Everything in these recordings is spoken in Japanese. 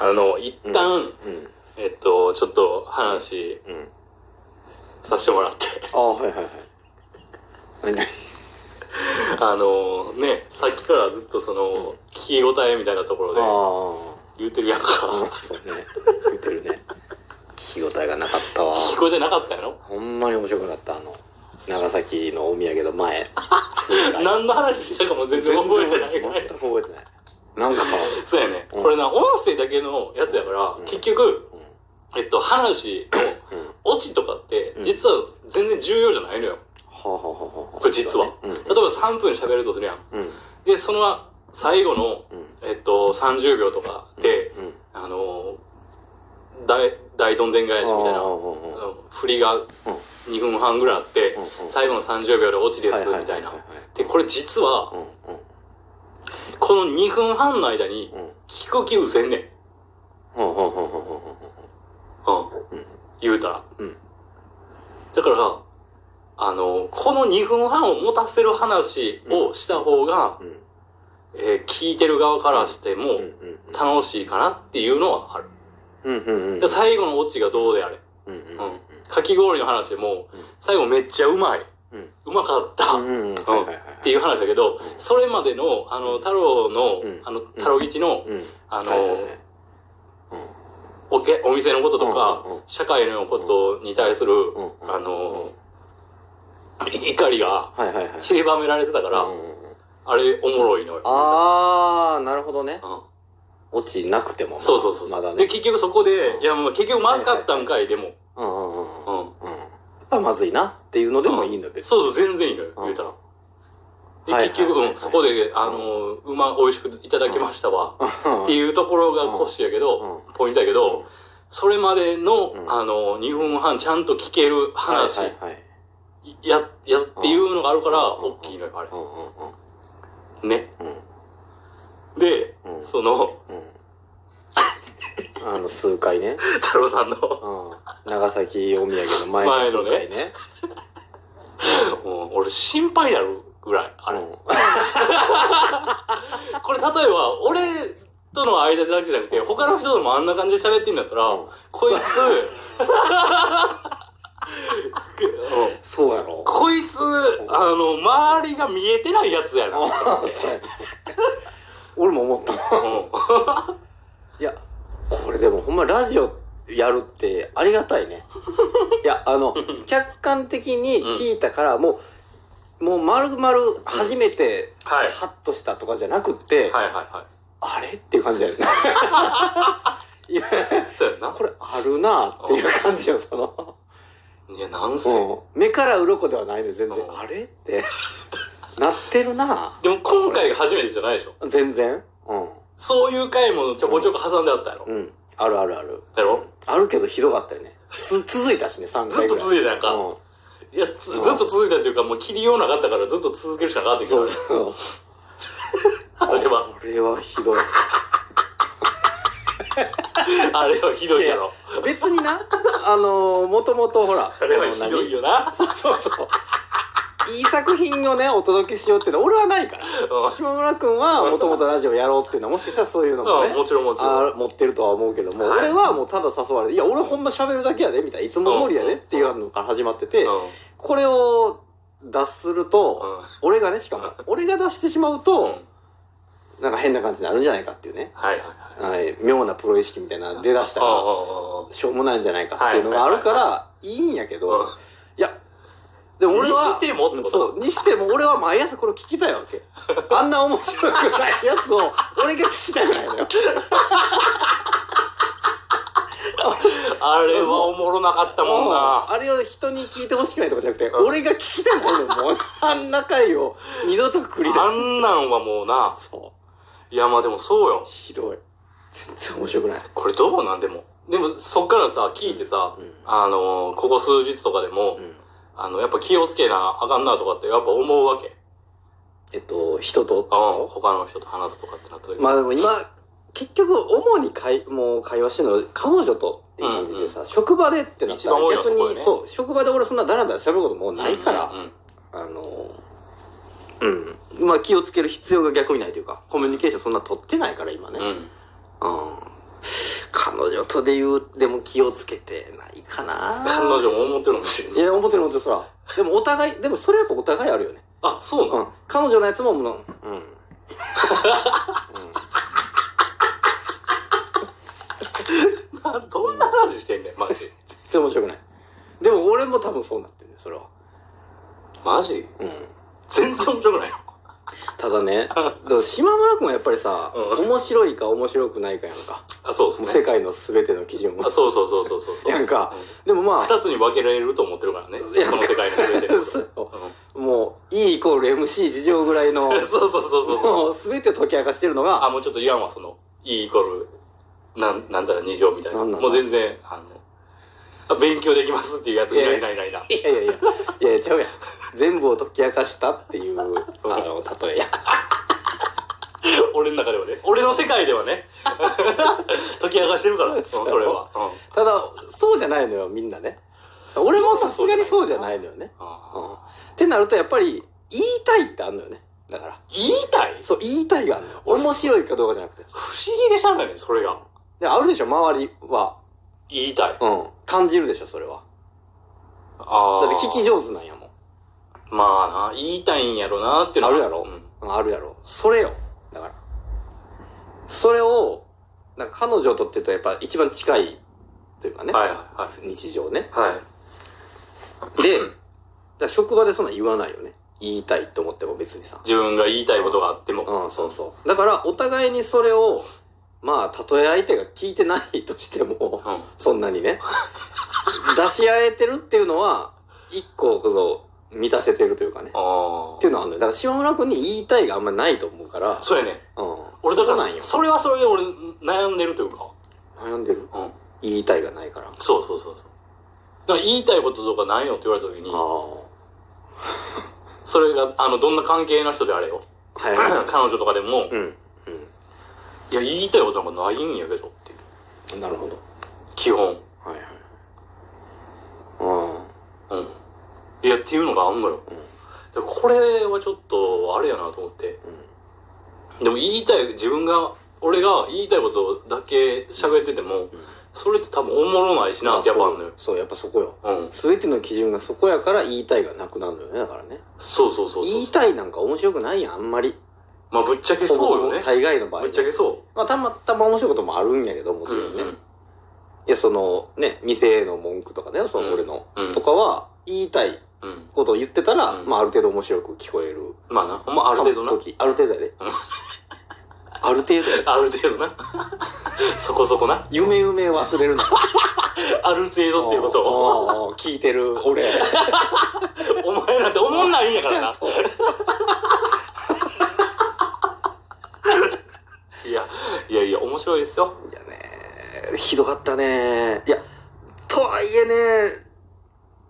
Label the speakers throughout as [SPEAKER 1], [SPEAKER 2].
[SPEAKER 1] あの、一旦、
[SPEAKER 2] うん
[SPEAKER 1] えっと、ちょっと話
[SPEAKER 2] うん
[SPEAKER 1] させてもらって。
[SPEAKER 2] ああはいはいはい何々
[SPEAKER 1] あの、ね、さっきからずっとその、聞き応えみたいなところで
[SPEAKER 2] あ
[SPEAKER 1] 言うてるやんか。
[SPEAKER 2] あそうね言ってるね聞き応えがなかったわ
[SPEAKER 1] 聞こえてなかったやろ
[SPEAKER 2] ほんまに面白くなったあの長崎のお土産の前数回
[SPEAKER 1] 何の話したかも全然覚えてないぐらい
[SPEAKER 2] 全。く覚えてないなんか
[SPEAKER 1] そうやね。
[SPEAKER 2] うん
[SPEAKER 1] これな、音声だけのやつやから、
[SPEAKER 2] うん
[SPEAKER 1] 結局、えっと、話
[SPEAKER 2] うんは
[SPEAKER 1] のオチとかって
[SPEAKER 2] う、ん
[SPEAKER 1] 実は全然重要じゃないのよ。
[SPEAKER 2] あはあはあはあ
[SPEAKER 1] これ実は。
[SPEAKER 2] うん
[SPEAKER 1] 例えば3分喋るとするやん。
[SPEAKER 2] うん
[SPEAKER 1] で、その最後の、
[SPEAKER 2] うん
[SPEAKER 1] えっと、30秒とかで、
[SPEAKER 2] うん
[SPEAKER 1] あのー、大、大どんでん返しみたいな、あ
[SPEAKER 2] あー
[SPEAKER 1] の
[SPEAKER 2] うんうんうん
[SPEAKER 1] 振りが2分半ぐらいあって
[SPEAKER 2] うんう、ん
[SPEAKER 1] 最後の30秒で落ちです、
[SPEAKER 2] はは
[SPEAKER 1] みたいな
[SPEAKER 2] はは。
[SPEAKER 1] で、これ実は
[SPEAKER 2] う、んう
[SPEAKER 1] この2分半の間に、
[SPEAKER 2] んうん
[SPEAKER 1] 聞く気うせんねん。うん。
[SPEAKER 2] うんうんうんうんうん
[SPEAKER 1] 言うたら。
[SPEAKER 2] うん
[SPEAKER 1] だから、あの、この2分半を持たせる話をした方が、
[SPEAKER 2] うん
[SPEAKER 1] えー聞いてる側からしても
[SPEAKER 2] うんうんうん
[SPEAKER 1] 楽しいかなっていうのはある。
[SPEAKER 2] うんうんうんうん
[SPEAKER 1] で最後のオチがどうであれ。
[SPEAKER 2] うんうんうん
[SPEAKER 1] うん。かき氷の話でも
[SPEAKER 2] うん、
[SPEAKER 1] 最後めっちゃうまい。
[SPEAKER 2] うん
[SPEAKER 1] うまかった。
[SPEAKER 2] うんうんうんはいはいはいはい
[SPEAKER 1] っていう話だけど、それまでの、あの、太郎の
[SPEAKER 2] うん、
[SPEAKER 1] あの、太郎吉の、
[SPEAKER 2] うん
[SPEAKER 1] あの、
[SPEAKER 2] はいはいはい
[SPEAKER 1] おけお店のこととか、
[SPEAKER 2] うんうんうん
[SPEAKER 1] 社会のことに対する、
[SPEAKER 2] んうん
[SPEAKER 1] あの、怒りが
[SPEAKER 2] はいはいはい
[SPEAKER 1] 散りばめられてたから、
[SPEAKER 2] うんうんうん
[SPEAKER 1] あれおもろいのよ。
[SPEAKER 2] ああなるほどね
[SPEAKER 1] うん
[SPEAKER 2] 落ちなくてもまあ
[SPEAKER 1] そうそうそう。
[SPEAKER 2] まだね
[SPEAKER 1] で、結局そこで、いやもう結局まずかったんかい、でも。
[SPEAKER 2] うんうんうんうん
[SPEAKER 1] うん。
[SPEAKER 2] うんやっぱまずいなっていうのでもいいんだ別に
[SPEAKER 1] そうそう、全然いいのよ、言うたら。で、
[SPEAKER 2] はい
[SPEAKER 1] 結局、
[SPEAKER 2] はい
[SPEAKER 1] うん、そこで、あの、うま、美味しくいただきましたわ。
[SPEAKER 2] うん
[SPEAKER 1] っていうところがコッシーやけど、ポイントやけど、それまでの、
[SPEAKER 2] ん
[SPEAKER 1] あの、2分半ちゃんと聞ける話、
[SPEAKER 2] はいはいはい
[SPEAKER 1] や、やっていうのがあるから、
[SPEAKER 2] うん
[SPEAKER 1] 大きいのよ、あ
[SPEAKER 2] うんうんう
[SPEAKER 1] れ。
[SPEAKER 2] ん
[SPEAKER 1] ね。
[SPEAKER 2] うん
[SPEAKER 1] で、
[SPEAKER 2] うん
[SPEAKER 1] その、
[SPEAKER 2] うんあの数回ね
[SPEAKER 1] 太郎さんの、
[SPEAKER 2] うん長崎お土産の前の数回ね
[SPEAKER 1] もう俺心配になるぐらい、あれ。
[SPEAKER 2] うん
[SPEAKER 1] これ例えば、俺との間だけじゃなくて、他の人ともあんな感じで喋ってんだったら、
[SPEAKER 2] うん
[SPEAKER 1] こいつ、うん
[SPEAKER 2] そうやろ
[SPEAKER 1] こいつ、あの、周りが見えてないやつやな。うん
[SPEAKER 2] ああ そうやね俺も思ったいや、これでもほんまラジオやるってありがたいね。いや、あ の、客観的に聞いたから、もう、もう丸々初めて、
[SPEAKER 1] はい
[SPEAKER 2] ハッとしたとかじゃなくって、
[SPEAKER 1] はいはいは
[SPEAKER 2] あれっていう感じ だよね。いや、
[SPEAKER 1] い。そうやな。
[SPEAKER 2] これあるなっていう感じよ、その。
[SPEAKER 1] いや、なんせ。
[SPEAKER 2] うん、目から鱗ではないの全然
[SPEAKER 1] う、ん
[SPEAKER 2] あれって、なってるな
[SPEAKER 1] でも今回が初めてじゃないでしょ。
[SPEAKER 2] 全然。うん。
[SPEAKER 1] そういう回もちょこちょこ挟んであったやろ。
[SPEAKER 2] うん。あるあるある。
[SPEAKER 1] だろ
[SPEAKER 2] あるけどひどかったよね。す続いたしね、3
[SPEAKER 1] ずっ
[SPEAKER 2] 回
[SPEAKER 1] と
[SPEAKER 2] ぐらい。
[SPEAKER 1] 続いてたやんか。
[SPEAKER 2] うん
[SPEAKER 1] いや、つずっと続いたっていうか、もう切りようなかったからずっと続けるしかなかったけ
[SPEAKER 2] そ
[SPEAKER 1] ど
[SPEAKER 2] う、そう。
[SPEAKER 1] 例えば、
[SPEAKER 2] これはひどい。
[SPEAKER 1] あれはひどいやろ。
[SPEAKER 2] 別にな、あのもともとほら、
[SPEAKER 1] あれはひどいよな。
[SPEAKER 2] そうそうそう。いい作品をね、お届けしようっていうのは、俺はないから。
[SPEAKER 1] う
[SPEAKER 2] 島村くんは、もともとラジオやろうっていうのは、もしかしたらそういうのも
[SPEAKER 1] ん。
[SPEAKER 2] ね、
[SPEAKER 1] もちろんもちろん。
[SPEAKER 2] あ持ってるとは思うけども、
[SPEAKER 1] はい
[SPEAKER 2] 俺はもうただ誘われて、いや、俺ほんま喋るだけやで、みたいな、いつも通りやでっていうのから始まってて、
[SPEAKER 1] う。
[SPEAKER 2] これを脱すると、俺がね、しかも、俺が出してしまうん
[SPEAKER 1] うん
[SPEAKER 2] と、なんか変な感じになるんじゃないかっていうね。
[SPEAKER 1] はいはいはい。
[SPEAKER 2] はい、妙なプロ意識みたいなの出だした
[SPEAKER 1] あああ
[SPEAKER 2] ら、
[SPEAKER 1] あああ
[SPEAKER 2] しょうもないんじゃないかっていうのがあるから、いいんやけ
[SPEAKER 1] うん
[SPEAKER 2] ど、いや、でも俺は、
[SPEAKER 1] にしてもってこと
[SPEAKER 2] そう、にしても俺は毎朝これを聞きたいわけ。あんな面白くないや つを、俺が聞きたいないのよ。
[SPEAKER 1] あれはおもろなかったもんな。
[SPEAKER 2] あれを人に聞いてほしくないとかじゃなくて、俺が聞きたないの もう、あんな回を二度と繰り出
[SPEAKER 1] あ
[SPEAKER 2] す。
[SPEAKER 1] んなんはもうな。
[SPEAKER 2] そ
[SPEAKER 1] いや、まあでもそうよ
[SPEAKER 2] う、。ひどい。全然面白くない。
[SPEAKER 1] これどうなんでも。でも、そっからさ、聞いてさ、
[SPEAKER 2] ん
[SPEAKER 1] あのーここ数日とかでも、
[SPEAKER 2] ん
[SPEAKER 1] あの、やっぱ気をつけなあかんなとかって、やっぱ思うわけ。
[SPEAKER 2] えっと、人とって
[SPEAKER 1] あ
[SPEAKER 2] こと
[SPEAKER 1] あ、他の人と話すとかってなった時、
[SPEAKER 2] まあでも今、結局、主に会、もう会話してるの、彼女とっていう感じでさ、職場でってなったら
[SPEAKER 1] 一番多いの
[SPEAKER 2] 逆
[SPEAKER 1] そこで
[SPEAKER 2] に、
[SPEAKER 1] ね
[SPEAKER 2] そう、職場で俺そんなダラダラ喋ることもうないから、
[SPEAKER 1] うんうんうん
[SPEAKER 2] あの、うん。まあ気をつける必要が逆にないというか、コミュニケーションそんな取ってないから今ね。
[SPEAKER 1] うん。
[SPEAKER 2] うん。夫で言う、でも気をつけてないかな
[SPEAKER 1] 彼女も思ってるかもしれ
[SPEAKER 2] い
[SPEAKER 1] ない。
[SPEAKER 2] や、思ってる思ってる、そら。でもお互い、でもそれやっぱお互いあるよね。
[SPEAKER 1] あ、そうな
[SPEAKER 2] うんん。彼女のやつも、もううん。うん。
[SPEAKER 1] な どんな話してんねん、マジ。
[SPEAKER 2] 全然面白くない。でも俺も多分そうなってるね、それは。
[SPEAKER 1] マジ
[SPEAKER 2] うん。
[SPEAKER 1] 全然面白 くないよ。
[SPEAKER 2] た だね、でも島村くんはやっぱりさ、
[SPEAKER 1] うん
[SPEAKER 2] 面白いか面白くないかやんか。
[SPEAKER 1] あ、そう
[SPEAKER 2] もう
[SPEAKER 1] です
[SPEAKER 2] 世
[SPEAKER 1] ね。
[SPEAKER 2] 界の全ての基準も
[SPEAKER 1] あ、。そうそうそうそうそうそう。
[SPEAKER 2] やんか
[SPEAKER 1] う。
[SPEAKER 2] でもまあ、
[SPEAKER 1] 二つに分けられると思ってるからね。こ
[SPEAKER 2] や
[SPEAKER 1] の世界の上で。うん
[SPEAKER 2] そうもう、E イコール MC 事情ぐらいの、
[SPEAKER 1] そうそうそうそうそう。
[SPEAKER 2] もう全てを解き明かしてるのが、
[SPEAKER 1] あ、もうちょっと言わんわ、その、E イコール、なん、なんたら二乗みたいな。
[SPEAKER 2] なんなんだ
[SPEAKER 1] もう全然、あの、あ勉強できますっていうやつがいないいないいないな。
[SPEAKER 2] いやいやいや、いやいや、ちゃうやん。全部を解き明かしたっていう、あの、例えや。
[SPEAKER 1] 俺の中ではね。俺の世界では ね。解き明かしてるから、うんそれは。うん
[SPEAKER 2] ただ、そうじゃないのよ、みんなね。俺もさすがにそうじゃないのよね。う
[SPEAKER 1] あー
[SPEAKER 2] ん。ってなると、やっぱり、言いたいってあんのよね。だから。
[SPEAKER 1] 言いたい
[SPEAKER 2] そう、言いたいがあんのよ。面白いかどうかじゃなくて。
[SPEAKER 1] 不思議でしゃあないね、それが。
[SPEAKER 2] で、あるでしょ、周りは。
[SPEAKER 1] 言いたい。あ
[SPEAKER 2] うん。感じるでしょ、それは。だ
[SPEAKER 1] あ
[SPEAKER 2] って聞き上手なんやもん。
[SPEAKER 1] まあな、言いたいんやろなっていうの
[SPEAKER 2] あ
[SPEAKER 1] は
[SPEAKER 2] るやろ、
[SPEAKER 1] うん
[SPEAKER 2] うんあるやろそれよだからそれをなんか彼女とってるとやっぱ一番近いというかね、
[SPEAKER 1] はいはい
[SPEAKER 2] 日常ね
[SPEAKER 1] はい。はい。
[SPEAKER 2] でだから職場でそんなん言わないよね言いたいと思っても別にさ
[SPEAKER 1] 自分が言いたいことがあっても。
[SPEAKER 2] うんそうそうだからお互いにそれをまあたとえ相手が聞いてないとしても
[SPEAKER 1] うん。
[SPEAKER 2] そんなにね 出し合えてるっていうのは一個この満たせてるというかね
[SPEAKER 1] あ
[SPEAKER 2] ってい
[SPEAKER 1] あ。
[SPEAKER 2] うのはあるのよだから島村君に言いたいがあんまりないと思うから
[SPEAKER 1] そうやね。
[SPEAKER 2] うん
[SPEAKER 1] 俺だか
[SPEAKER 2] そうなんよ
[SPEAKER 1] ら、それはそれで俺悩んでるというか。
[SPEAKER 2] 悩んでる
[SPEAKER 1] うん。
[SPEAKER 2] 言いたいがないからあ
[SPEAKER 1] そうそうそうそう。だから言いたいこととかないよって言われた時に、
[SPEAKER 2] あ
[SPEAKER 1] それが、あの、どんな関係の人であれよ。
[SPEAKER 2] はいは
[SPEAKER 1] 彼女とかでも
[SPEAKER 2] い、うん
[SPEAKER 1] いや、言いたいことなんかないんやけどっていう。
[SPEAKER 2] うんなるほど
[SPEAKER 1] 基本。
[SPEAKER 2] はいはいあ
[SPEAKER 1] うん。いや、っていうのがあんのよ。でこれはちょっと、あれやなと思って。でも言いたい、自分が、俺が言いたいことだけ喋ってても、それって多分おもろないし
[SPEAKER 2] あ
[SPEAKER 1] なってやっぱあるのよ。
[SPEAKER 2] そうそうやっぱそこよ
[SPEAKER 1] うん。
[SPEAKER 2] 全ての基準がそこやから言いたいがなくなるのよねだからね
[SPEAKER 1] そうそうそうそ
[SPEAKER 2] 言
[SPEAKER 1] う
[SPEAKER 2] い。たいなんか面白くないやんあんまり
[SPEAKER 1] まあ、ぶっちゃけそうよね。
[SPEAKER 2] 大概の場合
[SPEAKER 1] ぶっちゃけそ
[SPEAKER 2] まあたまたま面白いこともあるんやけども
[SPEAKER 1] う。う
[SPEAKER 2] ちろんね、
[SPEAKER 1] ん。
[SPEAKER 2] いやそのね店への文句とかねその俺の、
[SPEAKER 1] うん
[SPEAKER 2] とかは言いたい
[SPEAKER 1] うん。
[SPEAKER 2] ことを言ってたら、
[SPEAKER 1] うん
[SPEAKER 2] まあある程度面白く聞こえる
[SPEAKER 1] まあな、ほんまある程度な。
[SPEAKER 2] 時ある程度やで。ある程度やで。
[SPEAKER 1] ある程度な。 そこそこな。
[SPEAKER 2] 夢夢忘れ るな。
[SPEAKER 1] ある程度っていうことを。
[SPEAKER 2] を。おー聞いてる俺。
[SPEAKER 1] お前なんて思んないんやから な。いや、いやいや、面白いですよ。
[SPEAKER 2] いやね、ひどかったね。いや、とはいえ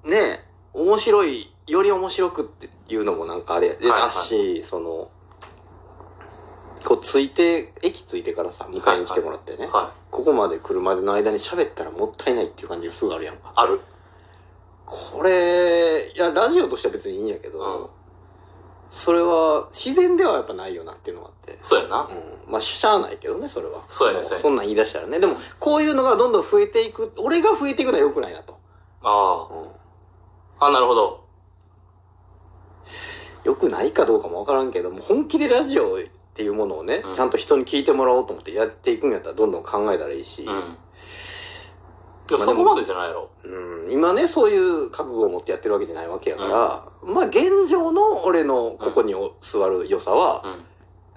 [SPEAKER 2] ね、ね、面白い、より面白くっていうのもなんかあれや
[SPEAKER 1] はいはい
[SPEAKER 2] だし、その、こうついて、駅ついてからさ、迎えに来てもらってね、
[SPEAKER 1] は
[SPEAKER 2] ここまで車での間に喋ったらもったいないっていう感じがすぐあるやん
[SPEAKER 1] い
[SPEAKER 2] か。。
[SPEAKER 1] ある。
[SPEAKER 2] これ、いや、ラジオとしては別にいいんやけど、
[SPEAKER 1] うん。
[SPEAKER 2] それは自然ではやっぱないよなっていうのがあって、
[SPEAKER 1] そうやな。
[SPEAKER 2] うん、まあしゃあないけどねそれは
[SPEAKER 1] そうやね
[SPEAKER 2] まあ
[SPEAKER 1] そうやね
[SPEAKER 2] そんなん言い出したらねでもこういうのがどんどん増えていく俺が増えていくのは良くないなと、
[SPEAKER 1] あ
[SPEAKER 2] うん、
[SPEAKER 1] あ。あ、なるほど。
[SPEAKER 2] 良くないかどうかも分からんけどもう本気でラジオっていうものをね、
[SPEAKER 1] うん
[SPEAKER 2] ちゃんと人に聞いてもらおうと思ってやっていくんやったらどんどん考えたらいいし、
[SPEAKER 1] うん。でもそこまでじゃないやろ。
[SPEAKER 2] うん今ねそういう覚悟を持ってやってるわけじゃないわけやから、まあ現状の俺のここにお座る良さは、
[SPEAKER 1] うん。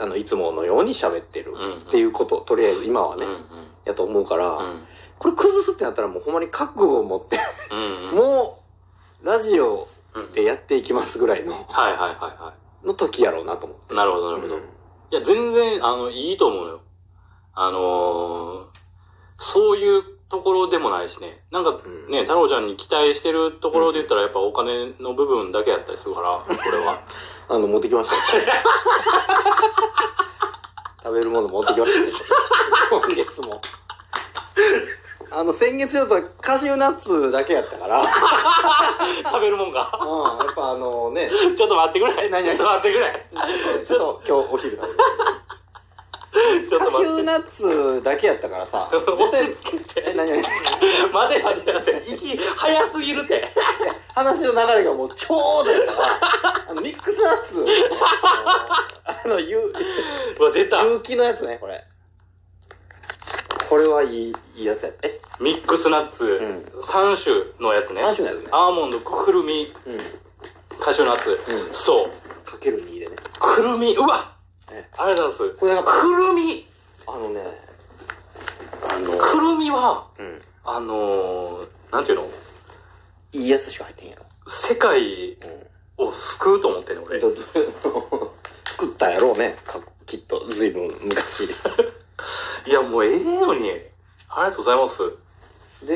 [SPEAKER 2] あのいつものように喋ってる
[SPEAKER 1] うん
[SPEAKER 2] っていうこと、とりあえず今は
[SPEAKER 1] う
[SPEAKER 2] ね、
[SPEAKER 1] ん。うん。
[SPEAKER 2] やと思うから、
[SPEAKER 1] うん。
[SPEAKER 2] これ崩すってなったらもうほんまに覚悟を持って、
[SPEAKER 1] うん。
[SPEAKER 2] もう、ラジオ
[SPEAKER 1] うん
[SPEAKER 2] でやっていきますぐらいの、
[SPEAKER 1] はいはいはいは
[SPEAKER 2] の時やろうなと思って。
[SPEAKER 1] い。なるほどなるほど。いや、全然、あの、いいと思うよ。あのー、そういうところでもないしね。なんか
[SPEAKER 2] ん
[SPEAKER 1] ね、太郎ちゃんに期待してるところで言ったら、やっぱお金の部分だけやったりするから、これ は。
[SPEAKER 2] あの、持ってきました。 食べるもの持ってきました。今月も。あの、先月やっぱカシューナッツだけやったから、うん、や
[SPEAKER 1] 食べるもんか。
[SPEAKER 2] っぱあのね、
[SPEAKER 1] ちょっと待ってくれ。
[SPEAKER 2] 何
[SPEAKER 1] ちょっと待ってくれ。
[SPEAKER 2] ちょっと今日お昼食べま
[SPEAKER 1] ちょっ
[SPEAKER 2] カ
[SPEAKER 1] と
[SPEAKER 2] シ
[SPEAKER 1] 待っ
[SPEAKER 2] ューナッツだけやったからさ。
[SPEAKER 1] て落ち着け
[SPEAKER 2] え、
[SPEAKER 1] て
[SPEAKER 2] 何何
[SPEAKER 1] 待て待て待て息早すぎる て
[SPEAKER 2] 話の流れがもうちょうどやから、あの、ミックスナ ッツ。あの、ゆ、
[SPEAKER 1] うわ出た
[SPEAKER 2] 有機のやつね、これ。これはいい、いいやつや。え、
[SPEAKER 1] ミックスナッツ、
[SPEAKER 2] ん
[SPEAKER 1] 三3種のやつね
[SPEAKER 2] 3種のやつね
[SPEAKER 1] アーモンドくるみ
[SPEAKER 2] うん。
[SPEAKER 1] カシューナッツ、
[SPEAKER 2] うん
[SPEAKER 1] そう
[SPEAKER 2] かける2でね。
[SPEAKER 1] くるみうわ
[SPEAKER 2] え
[SPEAKER 1] ありがとうございます
[SPEAKER 2] これなんか
[SPEAKER 1] くるみ
[SPEAKER 2] あのね、あの、
[SPEAKER 1] くるみは
[SPEAKER 2] うん。
[SPEAKER 1] あのー、なんていうの
[SPEAKER 2] いいやつしか入ってへんやろ。
[SPEAKER 1] 世界を救うと思ってんの俺
[SPEAKER 2] どど 作ったんやろうね。かきっと、ずいぶん昔。
[SPEAKER 1] いやもうええのにありがとうございます